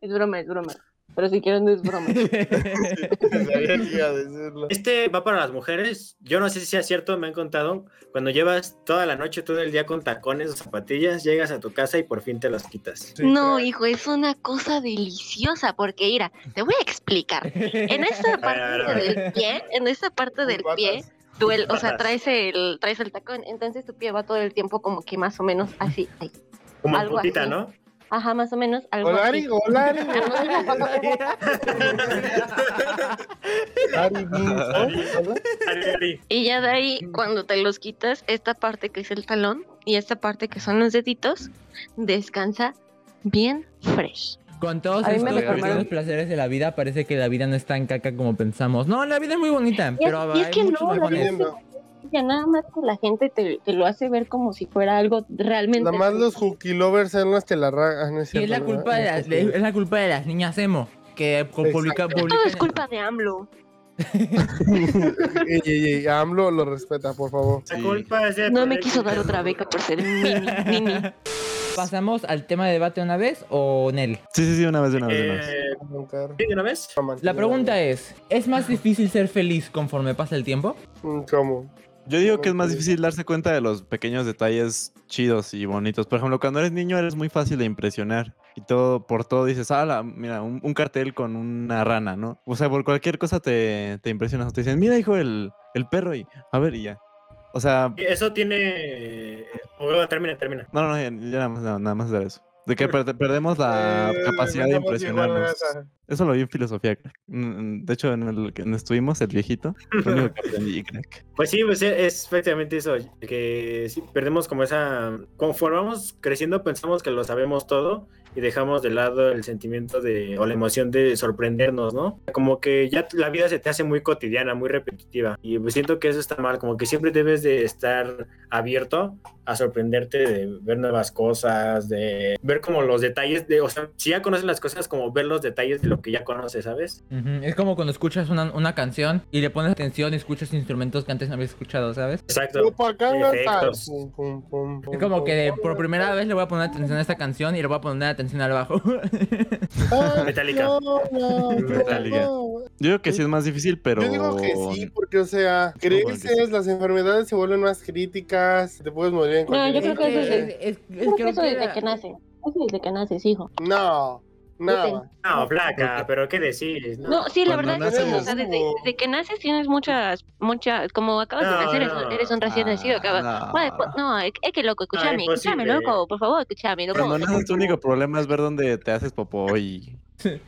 Es broma, es broma. Pero si quieren, no es broma.
Sabía que iba a decirlo.
Este va para las mujeres. Yo no sé si es cierto, me han contado. Cuando llevas toda la noche, todo el día con tacones o zapatillas, llegas a tu casa y por fin te las quitas.
Sí,
No,
claro.
hijo, es una cosa deliciosa. Porque, mira, te voy a explicar. En esta
ver, a ver, a
parte del pie, en esta parte del
Patas.
pie, tú el- o sea,
Patas.
traes el, traes el tacón. Entonces tu pie va todo el tiempo como que más o menos así. ahí.
Como
Algo
putita,
así.
¿no?
Ajá, más o menos algo
Hola,
así.
Ari. Hola, Ari. Ari. Hola.
Ari, Ari.
Y ya de ahí, cuando te los quitas, esta parte que es el talón y esta parte que son los deditos, descansa bien fresh.
Con todos
A mí me
estos
reclamaron-
pequeños placeres de la vida, parece que la vida no es tan caca como pensamos. No, la vida es muy bonita,
Y es-
pero
y es
hay
que
muchos
no, la
bajones.
verdad. Ya nada más que la gente te, te lo hace ver como si fuera algo realmente.
Nada más los hooky lovers son los que la ragan.
Y es la culpa de
Este,
las, de- es la culpa de las niñas emo que co-
Exacto.
publica,
Todo es
publican-
culpa de AMLO.
Ey, ey, ey, AMLO lo respeta, por favor.
La
Sí.
culpa es de
No me quiso dar otra beca por ser mini, mini.
Pasamos al tema de debate una vez o Nel.
Sí, sí, sí, una vez, de una vez, de una vez.
Eh,
Broncar.
¿sí, de una vez?
La pregunta es, ¿es más difícil ser feliz conforme pasa el tiempo?
Mm, ¿Cómo?
Yo digo que es más difícil darse cuenta de los pequeños detalles chidos y bonitos. Por ejemplo, cuando eres niño eres muy fácil de impresionar y todo por todo dices, ah, la- mira, un, un cartel con una rana, ¿no? O sea, por cualquier cosa te, te impresionas. Te dicen, mira, hijo, el, el perro y a ver y ya. O sea,
Eso tiene. eh, O bueno, termina, termina.
no, no, ya, ya nada, más, nada, nada más era eso. De que per- perdemos la
Eh,
capacidad de
estamos igual,
impresionarnos.
gata.
Eso lo vi en filosofía, crack. Mm, De hecho, en el que en estuvimos, el viejito, lo único que aprendí, crack.
Pues sí, pues es- es efectivamente eso, que sí, perdemos como esa... Conforme vamos creciendo pensamos que lo sabemos todo y dejamos de lado el sentimiento de, o la emoción de sorprendernos, ¿no? Como que ya la vida se te hace muy cotidiana, muy repetitiva y pues siento que eso está mal, como que siempre debes de estar abierto a sorprenderte de ver nuevas cosas, de ver como los detalles de, o sea, si ya conoces las cosas, como ver los detalles de lo que ya conoces, ¿sabes?
Ujú, Es como cuando escuchas una, una canción y le pones atención y escuchas instrumentos que antes no habías escuchado, ¿sabes?
Exacto. Efectos.
Es
Es como que de- por primera vez le voy a poner atención a esta canción y le voy a poner atención al bajo.
Metallica.
Metallica. Yo digo que sí es más difícil, pero.
Yo digo que sí, porque, o sea,
que
creces, las enfermedades se vuelven más críticas, te puedes morir en
No, yo
cualquier
creo que
momento.
eso es-
es,
Creo que eso
que
desde
era-
que nace. Eso desde que naces, hijo.
No, nada.
No, flaca, pero ¿qué decís? No.
No, sí, la
Cuando
verdad es que sí, o
naces-
sea, desde, desde que naces tienes muchas, muchas, como acabas
No,
de nacer,
no.
eres un recién nacido, acabas. Bueno, pues, Ah, No, es es que loco, escúchame, escúchame,
imposible.
loco, por favor, escúchame, loco.
Cuando naces, tu único problema es ver dónde te haces popó y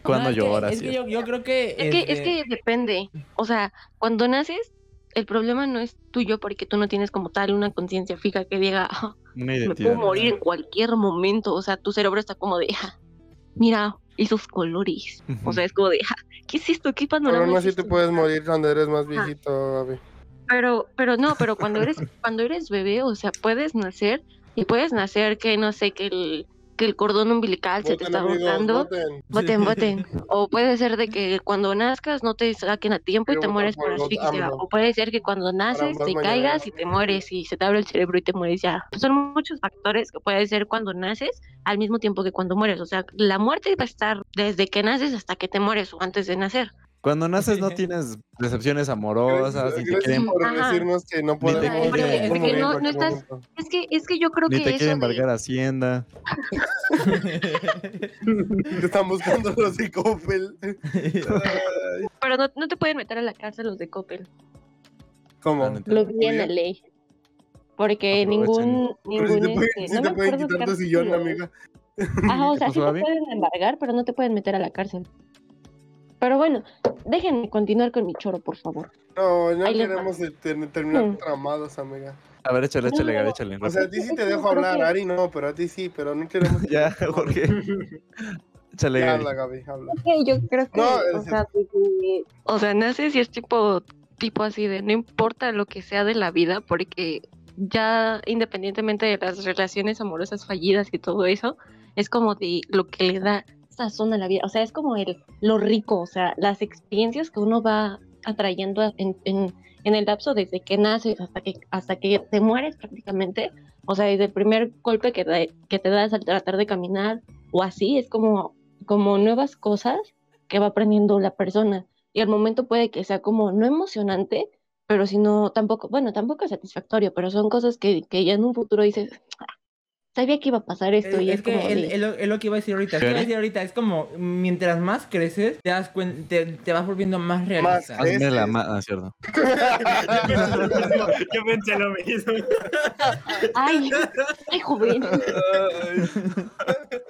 cuando
No, es que-
lloras.
es que
y-
yo, yo creo que...
Es que, es
este,
que depende. O sea, cuando naces, el problema no es tuyo porque tú no tienes como tal una conciencia fija que diga, "Ah,
Una
me
identidad.
puedo morir en cualquier momento. O sea, tu cerebro está como de, "Ah, mira esos colores. O sea, es como de, "Ah, ¿qué es esto? ¿Qué panorama
Pero no
es
así te
esto?".
puedes morir cuando eres más viejito, Gaby.
Pero, pero no, pero cuando eres, cuando eres bebé, o sea, puedes nacer y puedes nacer que no sé, que el, que el cordón umbilical se te
Voten,
está
amigos,
botando.
voten.
Voten, voten. O puede ser de que cuando nazcas no te saquen a tiempo y
Quiero
te
votar
mueres
por
por
el voto
asfixia.
AMLO.
O puede ser que cuando naces
más
te
mañana.
caigas y te mueres y se te abre el cerebro y te mueres ya. Pues Son muchos factores que puede ser cuando naces al mismo tiempo que cuando mueres. O sea, la muerte va a estar desde que naces hasta que te mueres o antes de nacer.
Cuando naces, no tienes decepciones amorosas, ni te
Gracias
quieren,
por
Ajá.
decirnos que no podemos
quieren-
morir en
Porque-
cualquier
porque no- no
momento.
Es que, es que yo creo
ni
que
te
eso
quieren
de-
embargar Hacienda.
Te están buscando los de Coppel.
este
Pero no, no te pueden meter a la cárcel los de Coppel.
¿Cómo?
Ah, neta.
Lo que en la ley. Porque ningún,
Pero si
ningún
te pueden,
este,
si
no
te
me
pueden
acuerdo
quitar tu
cárcel,
sillón,
¿no?
amiga.
Ajá, o
¿Qué
sea, sí
pasó,
te
Abby?
pueden embargar, pero no te pueden meter a la cárcel. Pero bueno, déjenme continuar con mi choro, por favor.
No, no
Ahí les va.
queremos eh, ter- terminar
Hmm.
tramados, amiga.
A ver, échale, échale,
No.
Gaby, échale.
O sea, a ti sí te
Es que
dejo
creo
hablar,
que-
Ari no, pero a ti sí, pero no queremos.
ya, Jorge. Échale,
Ya
Gaby.
habla, Gaby, habla.
yo creo
que, No, o es- sea,
o sea, naces y es tipo, tipo así de no importa lo que sea de la vida, porque ya independientemente de las relaciones amorosas fallidas y todo eso, es como de lo que le da sazón a la vida. O sea, es como el lo rico, o sea, las experiencias que uno va atrayendo a- en, en- en el lapso desde que naces hasta que, hasta que te mueres prácticamente. O sea, desde el primer golpe que, da- que te das al tratar de caminar o así, es como, como nuevas cosas que va aprendiendo la persona. Y al momento puede que sea como no emocionante, pero si no, tampoco, bueno, tampoco satisfactorio, pero son cosas que, que ya en un futuro dices, "Ah, sabía que iba a pasar
Es,
esto y
es
es,
que
como...
es-
de-
es lo, es lo que iba a decir ahorita. es que iba a decir ahorita es como mientras más creces, te das cuen- te, te vas volviendo más realista.
creces.
Hazme la mano, ¿cierto?
Yo pensé lo mismo.
Ay, ay, joven.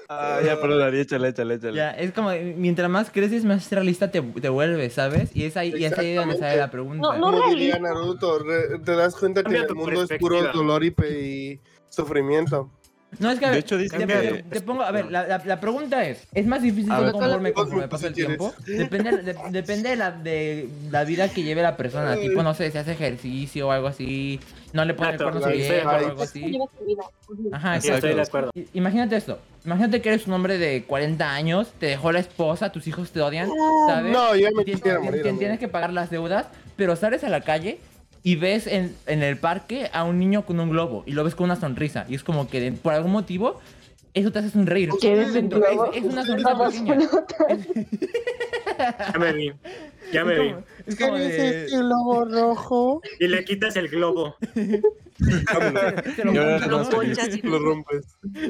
Ah, ya, perdón, Ari, échale, échale, échale.
Ya, es como eh, mientras más creces, más realista te, te vuelves, ¿sabes? Y es ahí, y es ahí donde sale la pregunta.
No
Como diría
realista.
Naruto, re- te das cuenta que
Cambia
el
tu
mundo es puro
perspectiva.
dolor y, pe- y sufrimiento.
No, es que a
De
ver,
hecho,
te,
dicen que-
te pongo, a ver, la, la- la pregunta es, ¿es más difícil
A
ser
ver.
conforme
Con-
conforme pasa el
si quieres.
tiempo? Depende, de, depende de, la, de la vida que lleve la persona, tipo, no sé, si hace ejercicio o algo así, no le pone
Ah,
el
Exacto,
cuerno a
la
su vieja o
vida.
algo así.
Lleva tu vida. Ujú.
Ajá,
Sí, estoy de
exacto.
acuerdo.
I- Imagínate esto, imagínate que eres un hombre de 40 años, te dejó la esposa, tus hijos te odian, ¿sabes?
No, yo me
Tien-
quisiera
tien-
morir.
tien-
amigo.
Tienes que pagar las deudas, pero sales a la calle y ves en, en el parque a un niño con un globo y lo ves con una sonrisa. Y es como que de- por algún motivo eso te hace sonreír.
¿Quieres un
Entonces,
globo?
Es, es una sonrisa
Vamos,
pequeña.
pelota.
Ya me vi. Ya me
Es
vi.
como- es como de-
este globo rojo?
Y le quitas el globo.
se lo
Yo
ponchas,
no
¿no?
soy-
Lo rompes.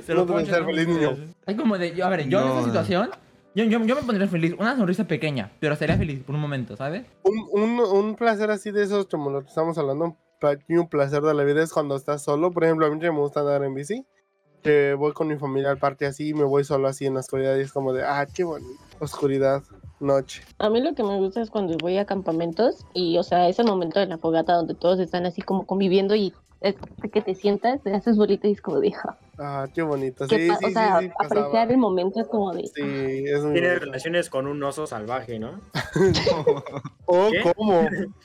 Se lo
no deben
ponchas,
ser
¿no?
feliz, niño.
Es como de, yo, a ver, yo en
No,
esa
no.
situación, yo, yo, yo me pondría feliz, una sonrisa pequeña, pero sería feliz por un momento, ¿sabes?
Un, un, un placer así de esos, como lo que estamos hablando, un pla- un placer de la vida es cuando estás solo. Por ejemplo, a mí que me gusta andar en bici. Que voy con mi familia al parque así, me voy solo así en la oscuridad y es como de, ah, qué bonito. Oscuridad, noche.
A mí lo que me gusta es cuando voy a campamentos y, o sea, es el momento de la fogata donde todos están así como conviviendo y es que te sientas, te haces bolita y es como de, "Ja".
Ah, qué bonito.
Que
Sí,
pa-
sí,
o
sí,
sea,
sí, pasaba.
apreciar el momento es como de,
Sí, es muy
Tiene
bonito.
relaciones con un oso salvaje, ¿no?
Oh,
¿Qué?
¿cómo?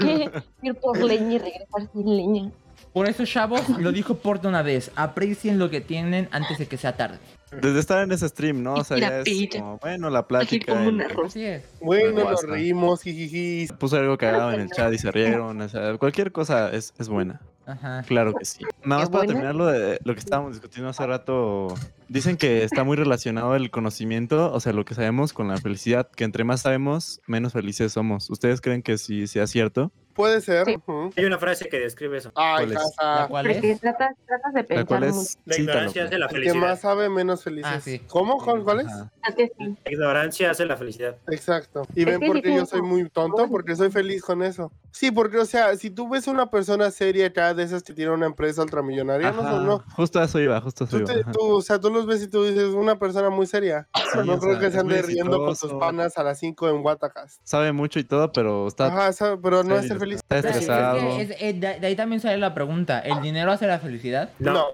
"¿Qué? ir por leña y regresar sin leña.
Por eso, chavos, lo dijo por una vez. Aprecien lo que tienen antes de que sea tarde.
Desde estar en ese stream, ¿no? O sea,
Y la
ya es
pilla.
como, bueno, la
Aquí
plática.
como
el-
un arroz.
Así es.
Bueno,
Luego
nos
hasta-
reímos, jijiji.
Puso algo cagado en el chat y se rieron. O sea, cualquier cosa es, es buena.
Ajá.
Claro que sí. Nada más
Qué
para
buena.
terminar lo, de, lo que estábamos discutiendo hace rato, dicen que está muy relacionado el conocimiento, o sea, lo que sabemos con la felicidad, que entre más sabemos, menos felices somos. ¿Ustedes creen que sí sea cierto?
Puede ser.
Sí.
ujú.
Hay una frase que describe eso.
Ay,
¿Cuál es?
¿La
Ah,
casa.
cual
Porque
es?
tratas, tratas de
La cual
pensar mucho.
es...
La
cítalo,
ignorancia hace
pues.
la
El que más
felicidad.
sabe, menos felices.
Ah, sí.
¿Cómo? ¿Cuál, cuál es?
Ajá.
Ah, que sí.
La ignorancia hace la felicidad.
Exacto. Y
Es
ven
que
porque
dicen
yo soy
eso.
muy tonto, porque soy feliz con eso. Sí, porque, o sea, si tú ves una persona seria acá de esas que tiene una empresa ultramillonaria, no
Ajá.
son, no.
Justo a eso iba, justo a eso
Tú,
iba.
te-
ajá.
tú, o sea, tú los ves y tú dices, una persona muy seria.
Sí,
no
o
creo
sea,
que
es
se ande
muy
riendo con sus
exitoso,
panas a las 5 en Watacas.
Sabe mucho y todo, pero está
Ajá, esa- pero no es
serio,
ser feliz.
Está
Claro, es que
estresado.
es- eh, de, de ahí también sale la pregunta.
Ah.
¿El dinero hace la felicidad?
No.
No.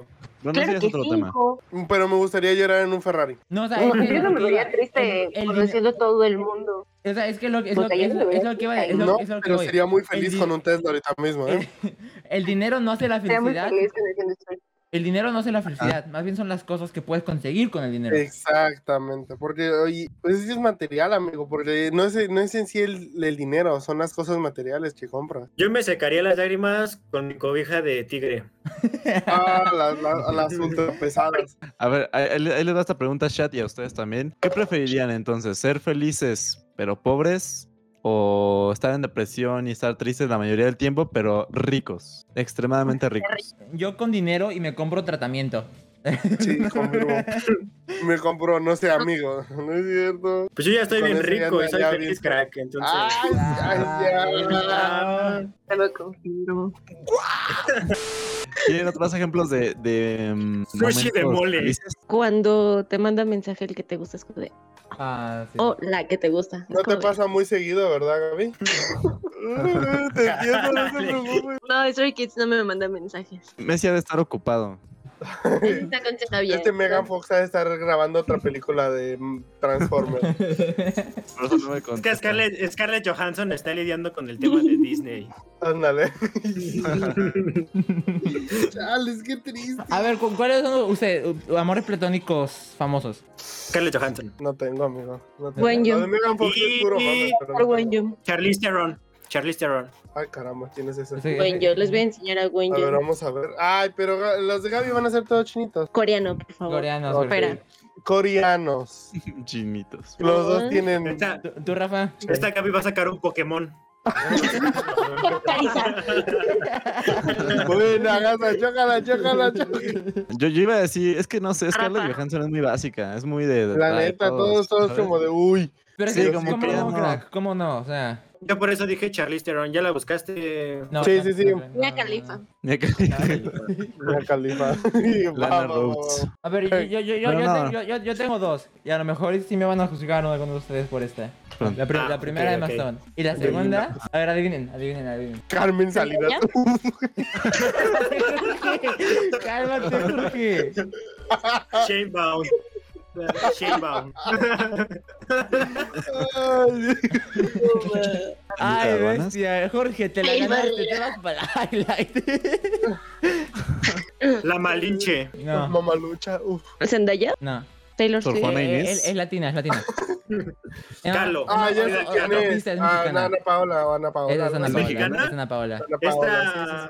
Bueno,
Claro
ese es
que
otro tema.
cinco.
pero me gustaría llorar en un Ferrari.
No, o sea, es que-
Yo no me veía triste
el- el
por
dine-
decirlo Pues todo el mundo.
o sea, es que lo es lo
Porque
que
yo
es
no
lo-
me
es
veía
lo que iba- es
triste.
lo-
No,
es lo que
pero
voy.
sería muy
El
feliz
di-
con un Tesla ahorita mismo, ¿eh?
El dinero no hace la
Sea muy
felicidad.
feliz con el que no estoy.
El dinero no hace la felicidad. Más bien son las cosas que puedes conseguir con el dinero.
Exactamente, porque oye, pues sí es material, amigo, porque no es, no es en sí el, el dinero, son las cosas materiales que compras.
Yo me secaría las lágrimas con mi cobija de tigre.
Ah, las, las, las ultra pesadas.
A ver, ahí, ahí le- ahí les va esta pregunta a Chat y a ustedes también. ¿Qué preferirían entonces? ¿Ser felices pero pobres? ¿O estar en depresión y estar tristes la mayoría del tiempo pero ricos? Extremadamente ricos.
Yo con dinero y me compro tratamiento.
Sí, confirmo. Me compró, no sé, amigo, no es cierto.
Pues yo ya estoy
Con
bien
eso ya
rico y soy
andaría
feliz,
bien.
crack. Entonces.
Ay, ay, ya.
Ya lo confirmo.
¿Tienen otros ejemplos de... de mm,
Sushi de
momentos
mole.
felices?
Cuando te manda mensaje el que te gusta, es como de,
Ah, sí.
o la que te gusta. es
No te
como de,
pasa muy seguido, ¿verdad, Gaby? Te entiendo, no te preocupes.
No, es Sorry Kids no me manda mensajes.
Messi ha de estar ocupado.
Esa es la concha bien.
Este Megan Fox ha de estar grabando otra película de mm, Transformers.
Por eso no me
Es que
contesta.
Scarlett, Scarlett Johansson está lidiando con el tema de Disney.
Ándale. Chales, qué triste.
A ver, ¿cu- ¿cuáles son ustedes, u- amores platónicos famosos?
Scarlett Johansson.
No tengo, amigo. No tengo.
Buen
Lo
Jung.
de Megan Fox es puro mame, pero no
Por Won
tengo.
Yoon.
Charlize Theron. Charlize Theron.
Ay, caramba, ¿quién es ese?
Sí.
Won Yoon, Les voy a enseñar a Won
A ver,
Yoon.
vamos a ver. Ay, pero ga- los de Gaby van a ser todos chinitos.
Coreano, por favor.
Coreanos.
Ok.
porque-
Espera.
Coreanos.
Chinitos.
Los dos
Ah.
tienen.
Esta,
¿Tú, tú, Rafa?
esta Gaby va a sacar un Pokémon.
Cariza.
Buena, gasa, chócala, chócala, chócala.
Yo, yo iba a decir, es que no sé, Scarlett
Rafa.
Johansson es muy básica, es muy de...
La
ay,
neta, todos, todos
¿sabes?
como de uy.
Pero es
Sí,
que,
como
¿cómo
que ya
no,
no.
crack? ¿Cómo no? O sea...
Yo por eso dije Charlize Theron. ¿Ya la buscaste?
No,
Sí,
no,
sí, sí.
no, no, no,
Ah.
Mira
no.
Califa.
Mira que-
La califa.
Lana Rhodes.
A ver, yo, yo, yo, yo,
No,
yo
no.
te- yo- yo- yo tengo dos. Y a lo mejor sí me van a juzgar ¿no? algunos de ustedes por esta.
Perdón.
La, pri-
Ah,
la
ok,
primera
ok.
de Mastodon. Y la segunda... A ver, adivinen, adivinen, adivinen.
Carmen Salinas.
Cálmate, Jorge.
Shanebaum. Shanebaum.
Ay,
Ay,
¿Aduanas?
bestia. Jorge, te la
Ay,
ganaste.
María.
Te vas para la highlight.
La Malinche.
No,
Mamalucha. Uf.
¿Zendaya?
no.
Taylor
Sor
Swift.
Juana
Eh,
Inés.
es, es latina, es latina. No,
Calo.
Ah, ya
Oiga,
sé
oiga,
quién
no,
es.
esta es
Ah,
mexicana.
Ana Paola, Ana
Esa
Paola.
es Ana
¿Es
Paola.
mexicana?
esa Es Ana Paola.
Ana
Esta-
Paola, sí, sí,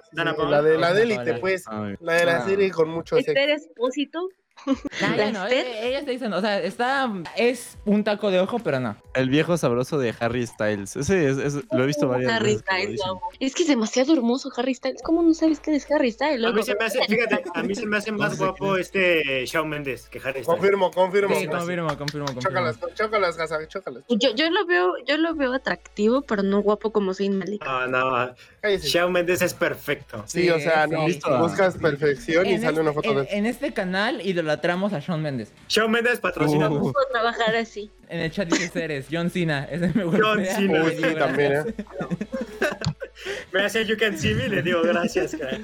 sí, sí,
Ana
sí,
Paola.
La de
Ana
la de élite,
Paola.
pues.
Ay,
La de la
Ah.
serie con mucho sexo.
Esther Espósito.
Ah, ya
¿La
no,
Esther?
eh, ella te dicen, o sea, está, es un taco de ojo, pero no.
El viejo sabroso de Harry Styles. Ese es, es- lo he visto varias
Uh, Harry
veces. que lo
Styles,
dicen.
lo amo. Es que es demasiado hermoso Harry Styles. ¿Cómo no sabes quién es Harry Styles?
A mí
loco?
se me hace, fíjate, a mí se me hace más guapo este Shawn Mendes que Harry Styles.
Confirmo, confirmo.
Sí, confirmo, confirmo, confirmo.
Chócalas, chócalas, Gaza, chócalas.
Yo, yo lo veo, yo lo veo atractivo, pero no guapo como Zayn Malik.
No, no.
Cállese.
Shawn Mendes es perfecto.
Sí, o sea, no,
sí.
buscas perfección y
En,
sale
este,
una foto
en,
de
en este canal idolatramos a Shawn Mendes.
Shawn Mendes patrocina.
Uh.
Puedo trabajar así.
En el chat dice Ceres, John Cena. Ese me golpea.
John Cena.
Ay,
Uy, sí,
gracias.
también, ¿eh?
Me hace You Can See Me y le digo gracias, crack.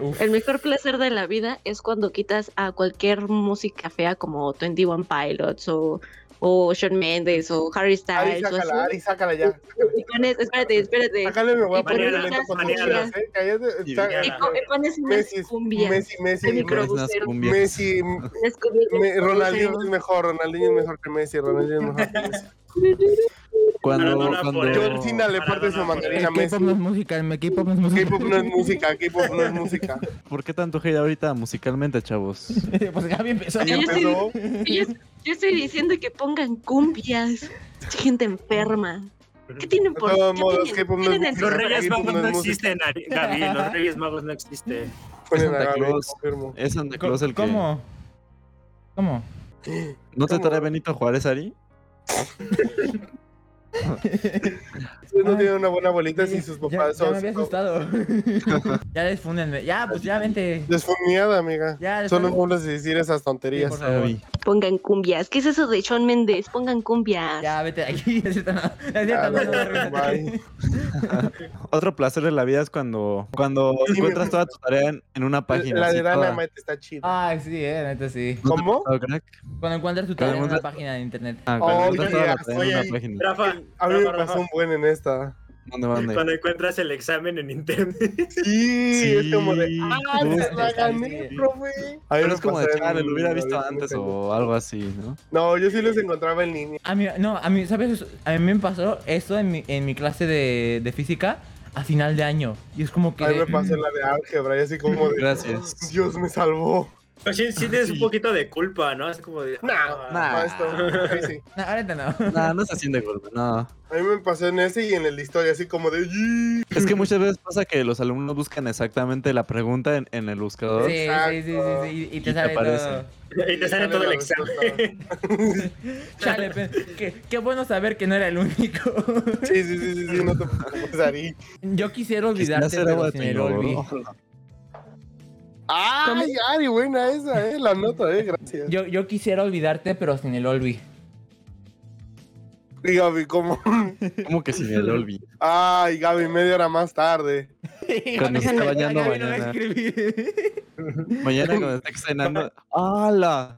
Uf.
El mejor placer de la vida es cuando quitas a cualquier música fea como 21 Pilots o o Shawn Mendes o Harry
Ari,
Styles. o
sácala,
así.
Ari, sácala ya. sácala.
Y pones- espérate, espérate.
Sácala, me voy a
Y
poner
mañana,
violento con tus
mañana.
chicas, ¿eh? Cállate,
Y
está-
mañana.
Y co- y pones unas
Messi,
cumbias,
Messi, Messi,
El
Pero es
microbús.
Messi,
unas
Microbusero.
cumbias.
Messi,
unas cumbias de
Me-
microbús,
Ronaldinho
pero-
es mejor, Ronaldinho es mejor que Messi, Ronaldinho es mejor que Messi.
Cuando,
Maradona
cuando-
forever.
John Cena le parte su
El
mandarina a Messi.
K-pop no es música, el K-pop no es música.
K-pop no es música, K-pop no es música.
¿Por qué tanto hate ahorita musicalmente, chavos?
pues Gaby empezó.
Yo estoy-
Pero
Yo, yo estoy diciendo que pongan cumbias. Gente enferma. ¿Qué tienen por
De todos
qué
modos,
tienen-
K-pop no es
tienen en
música.
sus-
Los Reyes
Gaby,
Magos
no
no
es música.
existen, Ari- Gaby. Los Reyes Magos no existen.
ponen a
Santa
Gaby,
Claus.
confirmo.
¿Es Santa
Co-
Claus el que-
¿Cómo? ¿Cómo?
¿No te
¿Cómo?
trae Benito Juárez, Ari?
Ustedes no
Ay.
tienen una buena abuelita sin
Ya-
sus
ya,
papás.
ya
son-
me había asustado. ya desfúnenme. Ya, pues ya vente.
Desfuniada, amiga.
Ya,
Solo no
desfúnenme.
vuelvas a decir esas
Sí,
tonterías.
por favor.
Pongan cumbias. ¿Qué es eso de Shawn Mendes? Pongan cumbias.
Ya, vete de aquí. Es cierto, no. Es
Ya,
cierto, no, no,
Ah, bye.
no, no.
Otro placer de la vida es cuando, cuando encuentras toda tu tarea en, en una página.
La
así
de
toda.
Dynamite está
Ah,
chida.
Ay, sí, eh, neta, sí.
¿No te ha
¿Cómo?
pasado, crack?
Cuando encuentras tu
Cada
tarea en
uno-
una página de internet.
Ah, cuando
Oh,
encuentras toda
ya,
la tarea en
oye,
una página.
Rafa,
A mí me
Rafa,
pasó
Rafa,
un buen en esta.
¿Dónde van de-
Cuando encuentras el examen en internet.
Sí, es como de.
Sí.
¡Ah,
Sí.
se la gané,
Sí.
profe! A mí
Pero
me
es como de
pasó en-
chale, lo hubiera visto
en-
antes o algo así, ¿no?
No, yo sí los encontraba en línea.
A mí, no, a mí, ¿sabes? A mí me pasó esto en mi, en mi clase de, de física a final de año. Y es como que...
A mí me
de- "Mm,
pasó en la de álgebra y así como de. "Oh,
Gracias.
Dios me salvó.
Pues sí, sí tienes un poquito de culpa, ¿no? Es como de.
Ah, Nah,
nah.
Ah, esto, ahí sí.
No, ahorita no.
No, no se siente culpa, no.
A mí me pasó en ese y en el de historia, así como de. "Yee".
Es que muchas veces pasa que los alumnos buscan exactamente la pregunta en, en el buscador.
Sí, sí, sí, sí, sí, y- Y te
Y te
sale
aparece.
todo.
Y te sale todo el examen.
Chale, pe- qué, qué bueno saber que no era el único.
Sí, sí, sí, sí, sí, no te preocupes, Ari.
Yo quisiera
Quisiera
olvidarte,
hacer
pero
agua de
sin el
pinol,
olvi.
¿no?
¡Ay, Ari, buena esa, eh! La nota, eh, gracias.
Yo, yo quisiera olvidarte, pero sin el olvi.
Y Gaby, ¿cómo?
Como que sin el olvi.
Ay, Gaby, media hora más tarde.
Cuando se está
Gaby
bañando
no va a
mañana.
escribir.
Mañana cuando esté cenando. ¡Hala!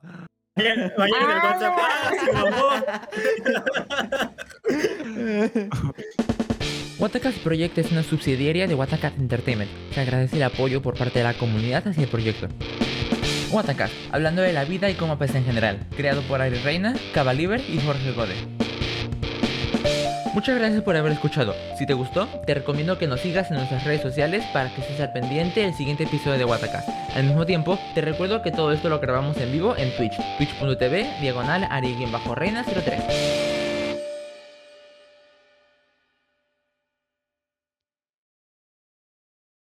Mañana en el WhatsApp. ¡Ah, se mamó!
Watacat Project es una subsidiaria de Watacat Entertainment. Se agradece el apoyo por parte de la comunidad hacia el proyecto. Watacat, hablando de la vida y cómo pesa en general, creado por Ari Reina, Cabaliber y Jorge Gode. Muchas gracias por haber escuchado. Si te gustó, te recomiendo que nos sigas en nuestras redes sociales para que estés al pendiente del siguiente episodio de Watacat. Al mismo tiempo, te recuerdo que todo esto lo grabamos en vivo en Twitch, twitch.tv, diagonal, ari-reina03.